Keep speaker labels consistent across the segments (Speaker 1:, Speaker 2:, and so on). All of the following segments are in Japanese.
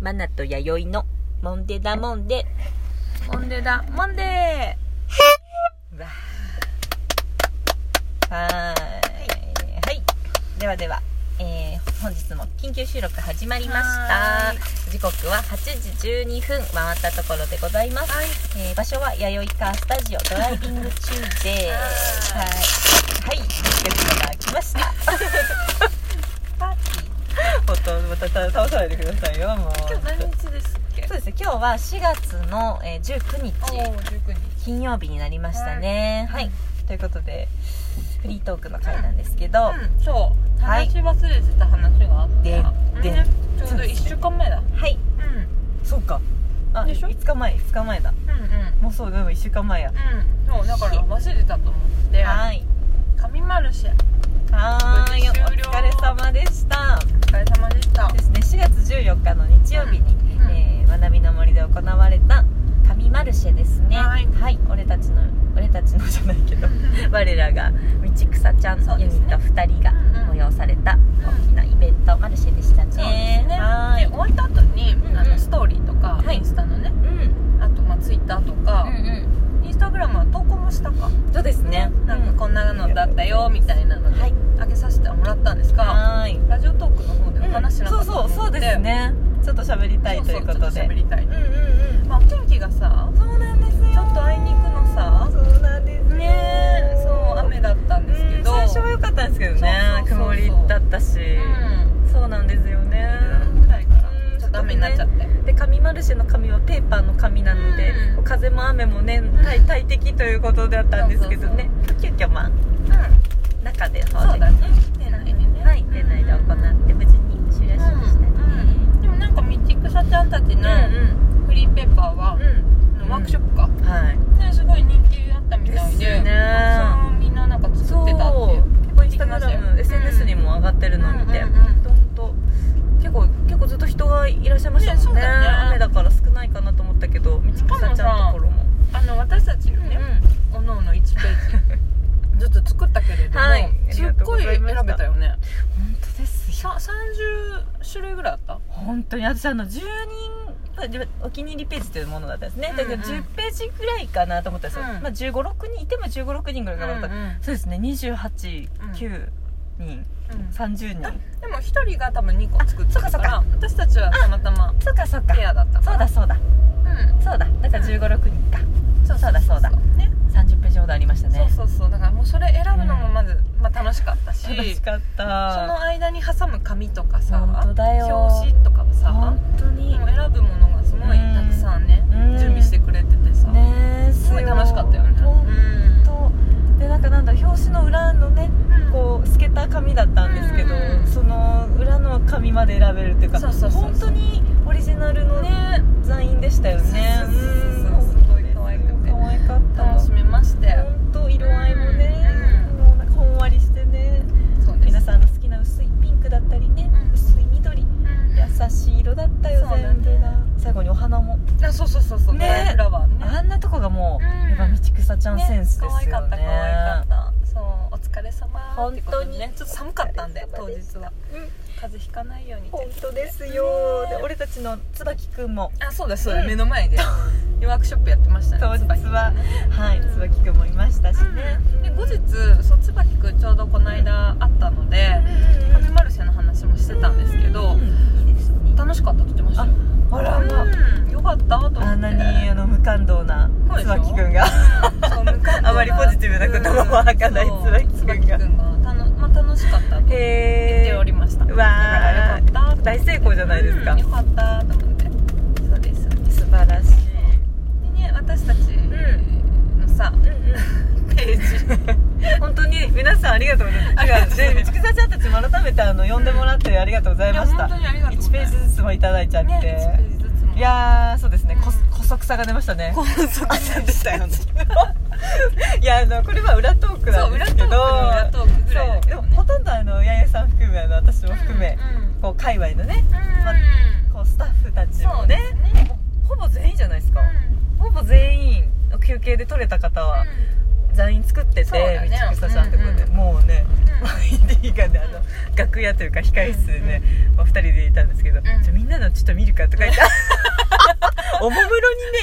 Speaker 1: マナと弥生のモンデダモンデ
Speaker 2: モンデだモンデ
Speaker 1: わーはーい、はい、ではでは、えー本日も緊急収録始まりました
Speaker 2: はー
Speaker 1: 時刻は8時12分回ったところでございます、えー場所は弥生カースタジオドライビング中で
Speaker 2: は
Speaker 1: はいはいゲストが来ました パーティー倒さないでくださいよもう
Speaker 2: 今日何日ですっけ
Speaker 1: そうですね今日は4月の、えー19日
Speaker 2: 19日
Speaker 1: 金曜日になりましたねは、
Speaker 2: はいい
Speaker 1: ということでフリートークの回なんですけど、
Speaker 2: うんそう
Speaker 1: はい
Speaker 2: 話し忘れてた話があって、
Speaker 1: で
Speaker 2: うん
Speaker 1: で
Speaker 2: ちょうど1週間前だ
Speaker 1: はい
Speaker 2: うん
Speaker 1: そうかあ
Speaker 2: でしょ
Speaker 1: 5日前5日前だ
Speaker 2: うん
Speaker 1: もうそうでも1週間前や
Speaker 2: うんうんそうだから忘れてたと思って
Speaker 1: はい
Speaker 2: 上マルシェ
Speaker 1: はーいお
Speaker 2: 無事終了
Speaker 1: 疲れ様でした
Speaker 2: お疲れ様でした
Speaker 1: ですね4月14日の日曜日に、
Speaker 2: うん
Speaker 1: えー学びの森で行われた神マルシェですね
Speaker 2: はい
Speaker 1: 俺たちの俺たちのじゃないけど
Speaker 2: うん
Speaker 1: 我らが道草ちゃん
Speaker 2: そう
Speaker 1: ユニ
Speaker 2: です
Speaker 1: ッ
Speaker 2: ね
Speaker 1: ト2人が
Speaker 2: うんうん
Speaker 1: 催された大きなイベント、マルシェでしたね
Speaker 2: そうですね
Speaker 1: はー
Speaker 2: で
Speaker 1: い
Speaker 2: 終わった後に、
Speaker 1: んうん
Speaker 2: あのストーリーとか、
Speaker 1: はい
Speaker 2: インスタのね
Speaker 1: うん
Speaker 2: あとまあツイッターとか、
Speaker 1: うん
Speaker 2: インスタグラムは投稿もしたか、
Speaker 1: うんそうですね
Speaker 2: なんかこんなのだったよみたいなので
Speaker 1: はい
Speaker 2: 上げさせてもらったんですが、
Speaker 1: はーい
Speaker 2: ラジオトークの方では話しなかったと思
Speaker 1: そう
Speaker 2: の
Speaker 1: そうそうですねちょっと喋りたいということ
Speaker 2: そそちょ
Speaker 1: で
Speaker 2: っ喋りたい、
Speaker 1: うんうん
Speaker 2: まあ、お天気がさ
Speaker 1: うんそうなんですよ
Speaker 2: ちょっとあいにくのさ
Speaker 1: そうなんですよ
Speaker 2: ねえそう雨だったんですけど
Speaker 1: うん最初は良かったんですけどね
Speaker 2: そうそうそうそう
Speaker 1: 曇りだったし、
Speaker 2: うん
Speaker 1: そうなんですよね
Speaker 2: ぐらいから
Speaker 1: うん
Speaker 2: ちょっと雨になっちゃって、
Speaker 1: で紙マルシェの紙はペーパーの紙なので、
Speaker 2: うん
Speaker 1: 風も雨もね大大敵ということだったんですけどね急遽まあ
Speaker 2: うん
Speaker 1: 中で
Speaker 2: そうだね
Speaker 1: 店
Speaker 2: 店
Speaker 1: 内
Speaker 2: 内
Speaker 1: で
Speaker 2: で
Speaker 1: ね
Speaker 2: ね
Speaker 1: はい店内で行って無事に終了しましたね
Speaker 2: でもなんか道草ちゃんたち
Speaker 1: うんう
Speaker 2: の
Speaker 1: ん
Speaker 2: フリーペーパー
Speaker 1: う
Speaker 2: は、
Speaker 1: ん
Speaker 2: ワークショップか、
Speaker 1: プはい
Speaker 2: ねすごい人気あったみたい
Speaker 1: です
Speaker 2: で
Speaker 1: ね
Speaker 2: そのみんななんか
Speaker 1: そ
Speaker 2: 作
Speaker 1: う
Speaker 2: ってたっていう
Speaker 1: インスタグラム SNS にも上がってるのを見て、
Speaker 2: うんうんうん
Speaker 1: ほんと結構結構ずっと人がいらっしゃいましたもんね
Speaker 2: ねそうだね
Speaker 1: 雨だから少ないかなと思ったけど道草ちゃんのところも
Speaker 2: あの私たちのね、おのおの1ページ ずっと作ったけれども、
Speaker 1: はい
Speaker 2: すっごい
Speaker 1: あり
Speaker 2: 選
Speaker 1: がとうございました
Speaker 2: べたよね
Speaker 1: 本当です
Speaker 2: さ30種類ぐらいあった
Speaker 1: 本当に私あの10人お気に入りページというものだったんですね、だけど
Speaker 2: うんうん
Speaker 1: 10ページぐらいかなと思ったんですよ、
Speaker 2: うん
Speaker 1: まあ、1 5 6人いても1 5 6人ぐらいかなと思った、そうですね289
Speaker 2: うん、
Speaker 1: 9人
Speaker 2: うん
Speaker 1: 30人
Speaker 2: あでも1人が多分2個作ってた
Speaker 1: あそ
Speaker 2: か
Speaker 1: っから
Speaker 2: 私たちはたまたま
Speaker 1: そうかそうか
Speaker 2: ペアだっ
Speaker 1: そ
Speaker 2: た
Speaker 1: う
Speaker 2: から
Speaker 1: だそうだそうだだから1 5 6人か
Speaker 2: うんそ
Speaker 1: そうだそうだ
Speaker 2: ね
Speaker 1: 30ページほどありましたね
Speaker 2: そうそうそうだからもうそれ選ぶのもまず、まあ、楽しかったし
Speaker 1: 楽しかった
Speaker 2: その間に挟む紙とかさ
Speaker 1: 本当だよ
Speaker 2: 表紙とかもさも
Speaker 1: 本当に
Speaker 2: う選ぶものがすごいたくさんね、
Speaker 1: うん
Speaker 2: 準備してくれててさ、
Speaker 1: ねえ
Speaker 2: すごい楽しかったよね
Speaker 1: 本
Speaker 2: うん
Speaker 1: 当でなんかなんだ表紙の裏のねこう透けた紙だったんですけど、
Speaker 2: うん
Speaker 1: その裏の紙まで選べるっていうか
Speaker 2: そうそうそうそう
Speaker 1: 本当にオリジナルの
Speaker 2: ね
Speaker 1: ザインでしたよね
Speaker 2: そうそうそうそう
Speaker 1: うん
Speaker 2: すごい可愛くて
Speaker 1: 可愛かった
Speaker 2: 楽しめまして
Speaker 1: 本当色合いもね、
Speaker 2: うん
Speaker 1: もうなんかほんわりしてね
Speaker 2: そうです
Speaker 1: 皆さんの好きな薄いピンクだったりね、
Speaker 2: うん
Speaker 1: 薄い緑
Speaker 2: うん
Speaker 1: 優しい色だったよ
Speaker 2: そうだ
Speaker 1: 全
Speaker 2: ね
Speaker 1: 部が最後にお花も
Speaker 2: あそうそうそうそう
Speaker 1: ね
Speaker 2: ドライフラワーね
Speaker 1: あんなとこがもう、
Speaker 2: うん
Speaker 1: やっぱ道草ちゃんセンスですよね
Speaker 2: 可愛かった可愛かったそうお疲れ様ってことで
Speaker 1: 本当に
Speaker 2: ねちょっと寒かったんで
Speaker 1: お疲
Speaker 2: 当
Speaker 1: れ様で
Speaker 2: 日は
Speaker 1: うん
Speaker 2: 風邪ひかないように
Speaker 1: 本当ですよ、
Speaker 2: ね
Speaker 1: で俺たちの椿くんも
Speaker 2: あそうだそうだ、
Speaker 1: うん
Speaker 2: 目の前でワークショップやってましたね
Speaker 1: 当日
Speaker 2: 椿
Speaker 1: は、はい
Speaker 2: うん
Speaker 1: 椿くんもいましたしね、
Speaker 2: うんで後日そう椿くんちょうどこの間会ったので
Speaker 1: うん
Speaker 2: 紙マルシェの話もしてたんですけど
Speaker 1: うんいいですね
Speaker 2: 楽しかったって言ってましたよ
Speaker 1: あらまあ
Speaker 2: うんよかったと思って
Speaker 1: あんなにあの無感動な
Speaker 2: そうでしょ
Speaker 1: 椿くんが
Speaker 2: そう無感動な
Speaker 1: あまりポジティブな言葉も吐かない
Speaker 2: うん
Speaker 1: 椿くんが
Speaker 2: 椿くんがたの、まあ、楽しかったと言っ
Speaker 1: へ
Speaker 2: ておりました
Speaker 1: う
Speaker 2: だ
Speaker 1: わ
Speaker 2: から
Speaker 1: ー
Speaker 2: よかったと
Speaker 1: 大成功じゃないですか
Speaker 2: うんよかったと思ってそうですで
Speaker 1: 素晴らしい
Speaker 2: ね私たちのさ、ページ
Speaker 1: 本当に皆さんありがとうございます。なんかで道草ちゃんたちも改めてあの呼んでもらってありがとうございまし
Speaker 2: いや
Speaker 1: た。
Speaker 2: 本当にありがとうご
Speaker 1: 1
Speaker 2: ざ
Speaker 1: ペ
Speaker 2: いま
Speaker 1: ー
Speaker 2: す
Speaker 1: ジずつもいただいちゃって。
Speaker 2: ね1ページずつも
Speaker 1: いやーそうですね、こ
Speaker 2: うん
Speaker 1: こそくさが出ましたね
Speaker 2: 高速
Speaker 1: さでしたよいやあのこれは裏トークなんですけど
Speaker 2: そう裏トークの裏トークぐらいだけどね
Speaker 1: そうでもほとんどあの八重さん含めあの私も含め、
Speaker 2: うんうん
Speaker 1: こう界隈のね
Speaker 2: うん
Speaker 1: こうスタッフたち
Speaker 2: そ
Speaker 1: も
Speaker 2: うで
Speaker 1: ね
Speaker 2: すね
Speaker 1: ほぼ全員じゃないですか、
Speaker 2: う
Speaker 1: ほぼ全員休憩で取れた方は座員作ってて、
Speaker 2: そうだね
Speaker 1: 道草さんってことで、
Speaker 2: うんう
Speaker 1: もうね
Speaker 2: ん
Speaker 1: YD がねあの楽屋というか控室でね、お二人でいたんですけど、
Speaker 2: ん
Speaker 1: じゃあみんなのちょっと人見るかとか言って、 おもむろに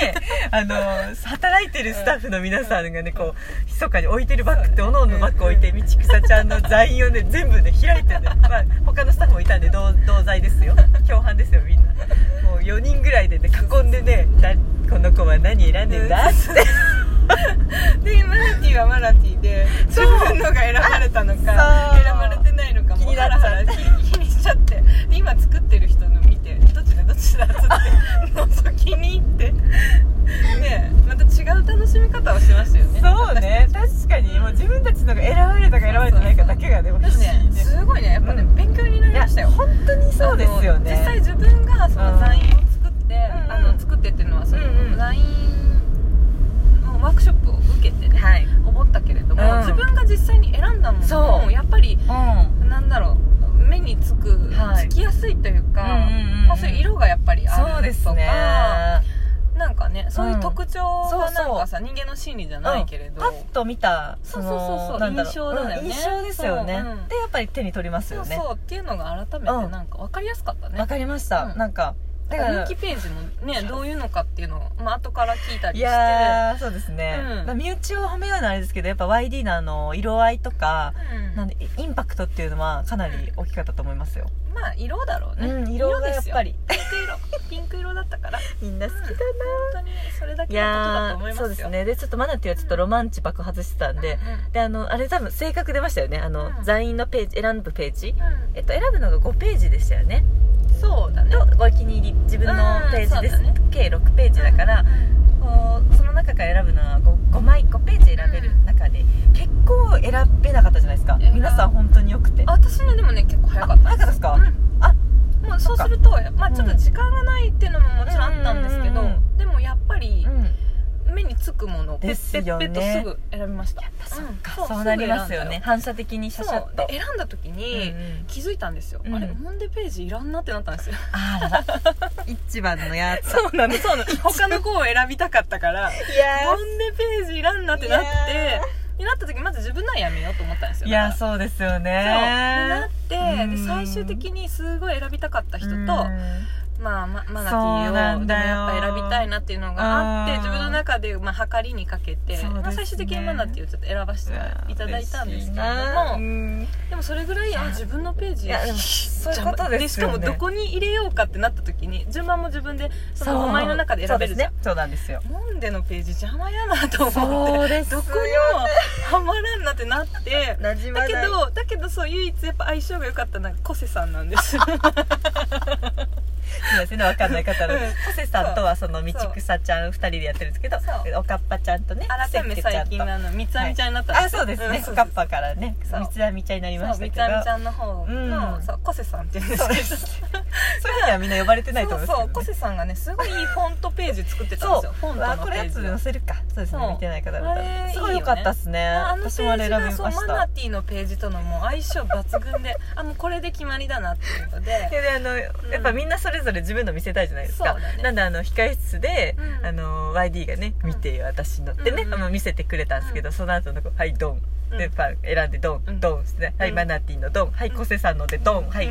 Speaker 1: ね、あの、働いてるスタッフの皆さんがね、こう、密かに置いてるバッグって、おのおのバッグ置いて、道草ちゃんの座員をね、全部ね、開いてね、まあ、他のスタッフもいたんで、同同罪ですよ。共犯ですよ、みんな。もう4人ぐらいでね、囲んでね、な この子は何選んでんだって。
Speaker 2: でマナティーはマナティーで自
Speaker 1: そう
Speaker 2: 分のが選ばれたのか選
Speaker 1: そう
Speaker 2: ばれてないのか
Speaker 1: 気
Speaker 2: も
Speaker 1: に
Speaker 2: う
Speaker 1: な
Speaker 2: ハ
Speaker 1: っち
Speaker 2: ラ
Speaker 1: ゃ
Speaker 2: ハ
Speaker 1: っ
Speaker 2: ラ
Speaker 1: て
Speaker 2: 気にしちゃってで今作ってる人の見てどっちだどっちだっつって覗きに行ってねえまた違う楽しみ方をしましたよね
Speaker 1: そうね、確かに、もう自分たちのが選ばれたか選ばれてないかだけがね、もう
Speaker 2: 私
Speaker 1: 必
Speaker 2: ね
Speaker 1: 死です
Speaker 2: すごいねやっぱね、
Speaker 1: うん
Speaker 2: 勉強になりましたよ
Speaker 1: 本当にそうですよね。
Speaker 2: あの実際自分がその座員を作って、
Speaker 1: うん
Speaker 2: あの作ってっていうのはその、
Speaker 1: うんうん
Speaker 2: 座員のワークショップを受けてね、
Speaker 1: はい。
Speaker 2: 思ったけれども、
Speaker 1: うん
Speaker 2: 自分が実際に選んだもの
Speaker 1: そう
Speaker 2: もやっぱり
Speaker 1: うん。
Speaker 2: なんだろう目につく、
Speaker 1: はい
Speaker 2: つきやすいというか、
Speaker 1: うんうんうんうん
Speaker 2: まあ、そういう色がやっぱりあるとか
Speaker 1: そうですね
Speaker 2: なんかねそういう特徴
Speaker 1: そうそ
Speaker 2: が
Speaker 1: う
Speaker 2: なんかさ、人間の心理じゃないけれど、
Speaker 1: パッと見た
Speaker 2: そ
Speaker 1: そうの
Speaker 2: そうそうそう
Speaker 1: なんだろ
Speaker 2: 印象だよね
Speaker 1: うん印象ですよね、
Speaker 2: そううん
Speaker 1: でやっぱり手に取ります
Speaker 2: そ
Speaker 1: よ
Speaker 2: う
Speaker 1: ね
Speaker 2: そうっていうのが改めて
Speaker 1: うん
Speaker 2: なんか分かりやすかったね、
Speaker 1: わかりました、
Speaker 2: うん
Speaker 1: なんかだから
Speaker 2: 人気ページもねどういうのかっていうのを、まあ後から聞いたり
Speaker 1: い
Speaker 2: して
Speaker 1: やーそうですね、
Speaker 2: うん
Speaker 1: まあ身内を褒めようのはあれですけどやっぱ YD のあの色合いとか
Speaker 2: うん
Speaker 1: なんでインパクトっていうのはかなり大きかったと思いますよ、
Speaker 2: まあ色だろう
Speaker 1: う
Speaker 2: ね、
Speaker 1: ん、色がやっぱり
Speaker 2: ピンク色ピンク色だったから
Speaker 1: みんな好きだな、
Speaker 2: 本当にそれだ
Speaker 1: い
Speaker 2: けのことだと
Speaker 1: や
Speaker 2: 思
Speaker 1: ー
Speaker 2: います
Speaker 1: そ
Speaker 2: よ
Speaker 1: うですねでちょっとマナティはちょっとロマンチ爆発してたんで、であのあれ多分性格出ましたよねあの、
Speaker 2: うん
Speaker 1: 座員のページ選ぶページ
Speaker 2: うんうん
Speaker 1: えっと、選ぶのが5ページでしたよね
Speaker 2: そうだね
Speaker 1: とお気に入り自分のページです、
Speaker 2: うんそうだね
Speaker 1: 計6ページだから、こうその中から選ぶのは 5, 5枚5ページ選べる中で、結構選べなかったじゃないですか
Speaker 2: 選べ
Speaker 1: 皆さん本当によくて
Speaker 2: あ私ねでもね結構早かっ
Speaker 1: あ早
Speaker 2: た
Speaker 1: かったですか
Speaker 2: うん
Speaker 1: あ
Speaker 2: もうそうするとまあちょっと時間がないっていうのももちろんあったんですけど、
Speaker 1: うんうんうんう
Speaker 2: でもやっぱり
Speaker 1: うん
Speaker 2: 目につくものをペ
Speaker 1: で
Speaker 2: ッ
Speaker 1: す
Speaker 2: ペッ
Speaker 1: よ
Speaker 2: ペ
Speaker 1: ね
Speaker 2: ッとすぐ選びましたやっ
Speaker 1: そっか、そうなりますよね反射的にシ
Speaker 2: そ
Speaker 1: ャシャ
Speaker 2: う
Speaker 1: ッ
Speaker 2: で
Speaker 1: と、
Speaker 2: 選んだ時
Speaker 1: うんう
Speaker 2: に
Speaker 1: ん
Speaker 2: 気づいたんですよ、
Speaker 1: うん
Speaker 2: あれモンデページいらんなってなったんですよ
Speaker 1: あらら一番のやつ
Speaker 2: そうなのそうなの 他の子を選びたかったから
Speaker 1: いや
Speaker 2: モンデページいらんなってなっ
Speaker 1: い
Speaker 2: て
Speaker 1: や
Speaker 2: になった時まず自分のはやめようと思ったんですよ
Speaker 1: いや
Speaker 2: だから
Speaker 1: そうですよね
Speaker 2: そうでなって
Speaker 1: う
Speaker 2: で
Speaker 1: ん
Speaker 2: 最終的にすごい選びたかった人と
Speaker 1: うん
Speaker 2: まあまマナテ
Speaker 1: そう
Speaker 2: ィ
Speaker 1: な
Speaker 2: ーを
Speaker 1: ん
Speaker 2: でも
Speaker 1: だよ
Speaker 2: やっぱ選びたいなっていうのがあって
Speaker 1: うん
Speaker 2: 自分の中でまあ計りにかけ
Speaker 1: そうで
Speaker 2: て、
Speaker 1: すね
Speaker 2: まあ、最終的にマナティーをちょっと選ばせていただいたんですけれど
Speaker 1: 嬉しいな
Speaker 2: も
Speaker 1: うん
Speaker 2: でもそれぐらいあ自分のページ
Speaker 1: いやでもそういうことですよね
Speaker 2: しかもどこに入れようかってなった時に順番も自分でそ
Speaker 1: そう
Speaker 2: のお前の中で選べるじゃん、
Speaker 1: そうですね
Speaker 2: モンデのページ邪魔やなと思って
Speaker 1: そうですよ
Speaker 2: ど
Speaker 1: ね
Speaker 2: こにもはまらんなってなって
Speaker 1: そうなんですよ
Speaker 2: だけどだけどそう唯一やっぱ相性が良かったのはコセさんなんです
Speaker 1: そうですね分かんない方の
Speaker 2: うん
Speaker 1: コセさんとはその道草ちゃん2人でやってるんですけど
Speaker 2: そう
Speaker 1: おかっぱちゃんとね
Speaker 2: 改め
Speaker 1: せっけちゃ
Speaker 2: 最
Speaker 1: んと
Speaker 2: 近あの三つ編みちゃんになったん
Speaker 1: あそうですね
Speaker 2: んそ
Speaker 1: お
Speaker 2: う
Speaker 1: か
Speaker 2: そう
Speaker 1: っぱからね
Speaker 2: そう
Speaker 1: 三つ編みちゃんになりま
Speaker 2: そう
Speaker 1: した
Speaker 2: 三
Speaker 1: け
Speaker 2: つ
Speaker 1: ど
Speaker 2: 編みちゃんの方の、
Speaker 1: うん
Speaker 2: そうコセさんっていうんです
Speaker 1: そう
Speaker 2: け
Speaker 1: で
Speaker 2: ど
Speaker 1: すそういうふうにはみんな呼ばれてないと思います
Speaker 2: そうそうコ
Speaker 1: けどね
Speaker 2: セさんがねすごいいいフォントページ作ってたん
Speaker 1: そ
Speaker 2: で
Speaker 1: う
Speaker 2: すよフォン
Speaker 1: あ
Speaker 2: トの
Speaker 1: こ
Speaker 2: ペ
Speaker 1: れや
Speaker 2: ー
Speaker 1: つ
Speaker 2: ジ
Speaker 1: 載せるかそうです
Speaker 2: そう
Speaker 1: ね見てない方だった
Speaker 2: あ
Speaker 1: ら
Speaker 2: れ
Speaker 1: すごい良かったですね
Speaker 2: あのペ
Speaker 1: 私もあ
Speaker 2: ー
Speaker 1: れ
Speaker 2: ジ
Speaker 1: 選びま
Speaker 2: が
Speaker 1: し
Speaker 2: そ
Speaker 1: た
Speaker 2: うマナティーのページとのもう相性 抜群であもうこれで決まりだなっていうので
Speaker 1: でであの、やっぱみんなそれぞれ自分の見せたいじゃないですか、
Speaker 2: そうだね
Speaker 1: なんであの控室で、
Speaker 2: うん
Speaker 1: あの YD がね「
Speaker 2: うん
Speaker 1: 見てよ私の」ってね、
Speaker 2: うんうん
Speaker 1: あの見せてくれたんですけど、その後のこうはいドン」
Speaker 2: うん
Speaker 1: でパン選んで「ドン」
Speaker 2: うん
Speaker 1: ドン」して、ねはい
Speaker 2: うん
Speaker 1: マナティーの「ドン」はい
Speaker 2: うん
Speaker 1: コセさんので「ドン」はい、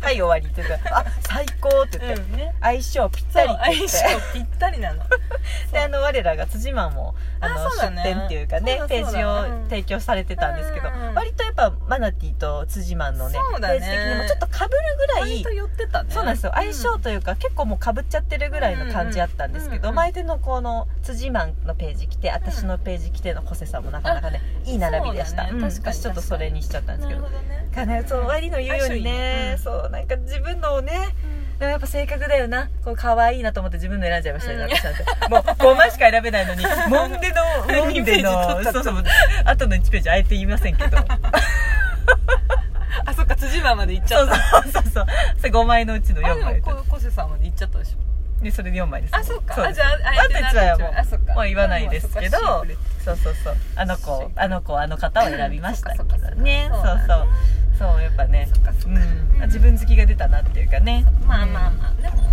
Speaker 1: はい終わり」って言ったら「あ最高」って言って、
Speaker 2: うんね
Speaker 1: 相性ぴった
Speaker 2: そ
Speaker 1: り
Speaker 2: う
Speaker 1: って言
Speaker 2: 相
Speaker 1: って
Speaker 2: 性ぴったりなの
Speaker 1: であの我らが辻間もあの
Speaker 2: あそうだね
Speaker 1: 出店っていうかね
Speaker 2: そうだ
Speaker 1: ページ
Speaker 2: そうだ
Speaker 1: を提供されてたんですけど、
Speaker 2: うんうんうん
Speaker 1: 割とやっぱマナティーと辻間のね
Speaker 2: そうだ
Speaker 1: ペ
Speaker 2: ね
Speaker 1: ージ的にもちょっとかぶるぐらい
Speaker 2: 割と寄ってたね
Speaker 1: そうなんですよ相性というか、結構もうかぶっちゃってるぐらいの感じあったんですけど、
Speaker 2: うんうん
Speaker 1: 前手のこの辻マンのページ来て私のページ来ての小瀬さんもなかなかねいい並びでした、
Speaker 2: そうだね
Speaker 1: うん
Speaker 2: 確かに
Speaker 1: 私ちょっとそれにしちゃったんです
Speaker 2: な
Speaker 1: け
Speaker 2: る
Speaker 1: ど
Speaker 2: ほどね
Speaker 1: かねそう割の言うようにね、
Speaker 2: 相
Speaker 1: そうなんか自分のをね
Speaker 2: うん
Speaker 1: でもやっぱ性格だよなこう可愛いなと思って自分の選んじゃいましたね、
Speaker 2: うん
Speaker 1: 私なんてもう5枚しか選べないのに モンデのモンデの
Speaker 2: 二ページ取っちゃ
Speaker 1: そ
Speaker 2: った
Speaker 1: うそうあとの1ページあえて言いませんけど
Speaker 2: あそっか辻間まで行っち
Speaker 1: そ
Speaker 2: ゃっ
Speaker 1: う
Speaker 2: た
Speaker 1: そうそうそうそれ5枚のうちの
Speaker 2: あ
Speaker 1: 4
Speaker 2: で
Speaker 1: 枚
Speaker 2: もこ小瀬さんまで行っちゃったでしょ
Speaker 1: でそれで4枚です
Speaker 2: あそっか
Speaker 1: う
Speaker 2: あ
Speaker 1: です
Speaker 2: じゃああえてな
Speaker 1: 私はもう
Speaker 2: あそっか
Speaker 1: もう言わないですけど
Speaker 2: まあまあそっかシークレット
Speaker 1: そうそうそうあの
Speaker 2: シン
Speaker 1: 子
Speaker 2: プル
Speaker 1: あの子あの方を選びましたけど
Speaker 2: そっかそっか
Speaker 1: ねそ
Speaker 2: そうっか
Speaker 1: そうそうやっぱね
Speaker 2: そっかそっか
Speaker 1: うん
Speaker 2: うん
Speaker 1: 自分好きが出たなっていうかね
Speaker 2: まあまあまあでもうん
Speaker 1: あ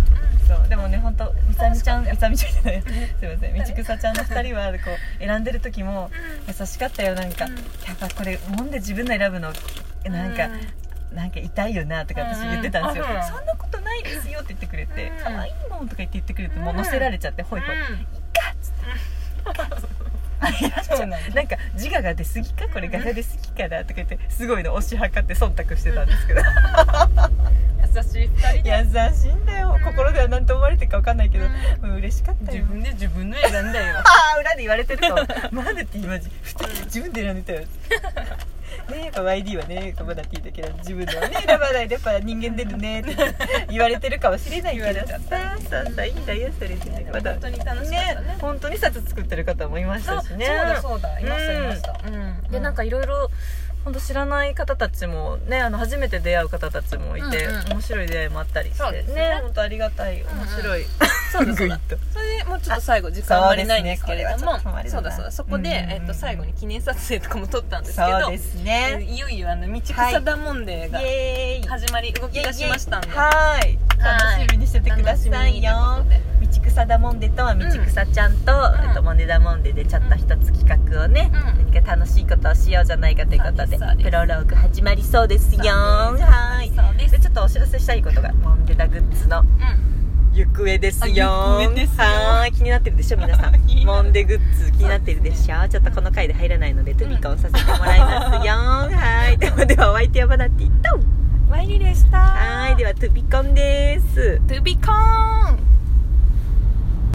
Speaker 1: そうでもね本当みさみちゃんみ
Speaker 2: 楽し
Speaker 1: さみちゃんじゃない すいません道草ちゃんの2人はこう選んでる時も優しかったよなんか、
Speaker 2: うん
Speaker 1: やっぱこれもんで自分の選ぶのなんか、なんか痛いよなとか私言ってたんですよ、
Speaker 2: うんあそうなの
Speaker 1: そんなことないですよって言ってくれて、って
Speaker 2: うん
Speaker 1: 「可愛いの」とか言って言ってくれてもう
Speaker 2: うん
Speaker 1: 乗せられちゃってほいほいあれなっちゃ
Speaker 2: そううなんだ
Speaker 1: なんか自我が出過ぎかこれ
Speaker 2: うん
Speaker 1: 我が出過ぎかなとか言ってすごいの押し量って忖度してたんですけど
Speaker 2: 優しい二 人
Speaker 1: 優
Speaker 2: で
Speaker 1: しいんだよ心では何と思われてるか分かんないけど
Speaker 2: う
Speaker 1: もう嬉しかった
Speaker 2: 自
Speaker 1: よ
Speaker 2: 分で自分の選んだよ
Speaker 1: ああ裏で言われてる かもマナティーマジ二人で自分で選んでたよねえやっぱ YD はねマナティーだけど自分ではね 選ばないでやっぱ人間出るねって言われてるかもしれないけ
Speaker 2: 言われ
Speaker 1: ど
Speaker 2: ちゃ
Speaker 1: さ
Speaker 2: っ
Speaker 1: ささいいんだよそれでまた
Speaker 2: 本当に楽しかった
Speaker 1: ね
Speaker 2: ね
Speaker 1: 本当に札作ってる方もいまし
Speaker 2: そう
Speaker 1: た
Speaker 2: そ
Speaker 1: し
Speaker 2: う
Speaker 1: ね
Speaker 2: だそうだいましたいましたう
Speaker 1: でなんかいろいろ本当知らない方たちもねあの初めて出会う方たちもいて、
Speaker 2: うんうん
Speaker 1: 面白い出会いもあったりして
Speaker 2: そうですね
Speaker 1: 本当ありがたい
Speaker 2: んうん
Speaker 1: 面白 い、
Speaker 2: そうだ
Speaker 1: グ
Speaker 2: そう
Speaker 1: イッ
Speaker 2: だ
Speaker 1: と
Speaker 2: それでもうちょっと最後時間あまりないんですけれ
Speaker 1: そ
Speaker 2: ども
Speaker 1: うですねこれはちょっと困るな
Speaker 2: そうだそうだそこで、
Speaker 1: うんうんうん
Speaker 2: えっと、最後に記念撮影とかも撮ったんですけど
Speaker 1: そうです
Speaker 2: え
Speaker 1: ね
Speaker 2: いよいよあの道草だ問題が
Speaker 1: イエーイ
Speaker 2: 始まり動き出しましたんで
Speaker 1: はい
Speaker 2: はい
Speaker 1: 楽しみにしててくださいよ
Speaker 2: 楽しみにというこ
Speaker 1: 道草だもんでとは道草ちゃんと、
Speaker 2: ん
Speaker 1: えっと、モネだもんででちょっと一つ企画をね、
Speaker 2: うん
Speaker 1: 何か楽しいことをしようじゃないかということ
Speaker 2: そう
Speaker 1: です
Speaker 2: でそうで
Speaker 1: プ
Speaker 2: す
Speaker 1: ロローグ始まりそうですよ
Speaker 2: そうです
Speaker 1: はい
Speaker 2: そうです
Speaker 1: でちょっとお知らせしたいことがモンデダグッズの
Speaker 2: とで
Speaker 1: 行方ですよ
Speaker 2: あ行方ですよ
Speaker 1: はーい気になってるでしょ皆さ
Speaker 2: 気に
Speaker 1: ん
Speaker 2: な
Speaker 1: モ
Speaker 2: る
Speaker 1: ンデグッズ気になってるでしょちょっとこの回で入らないのでトゥビコンさせてもらいます よはいではではお相手はバナティと
Speaker 2: うんワイリでした
Speaker 1: はーいではトゥビコンです
Speaker 2: トゥビコーン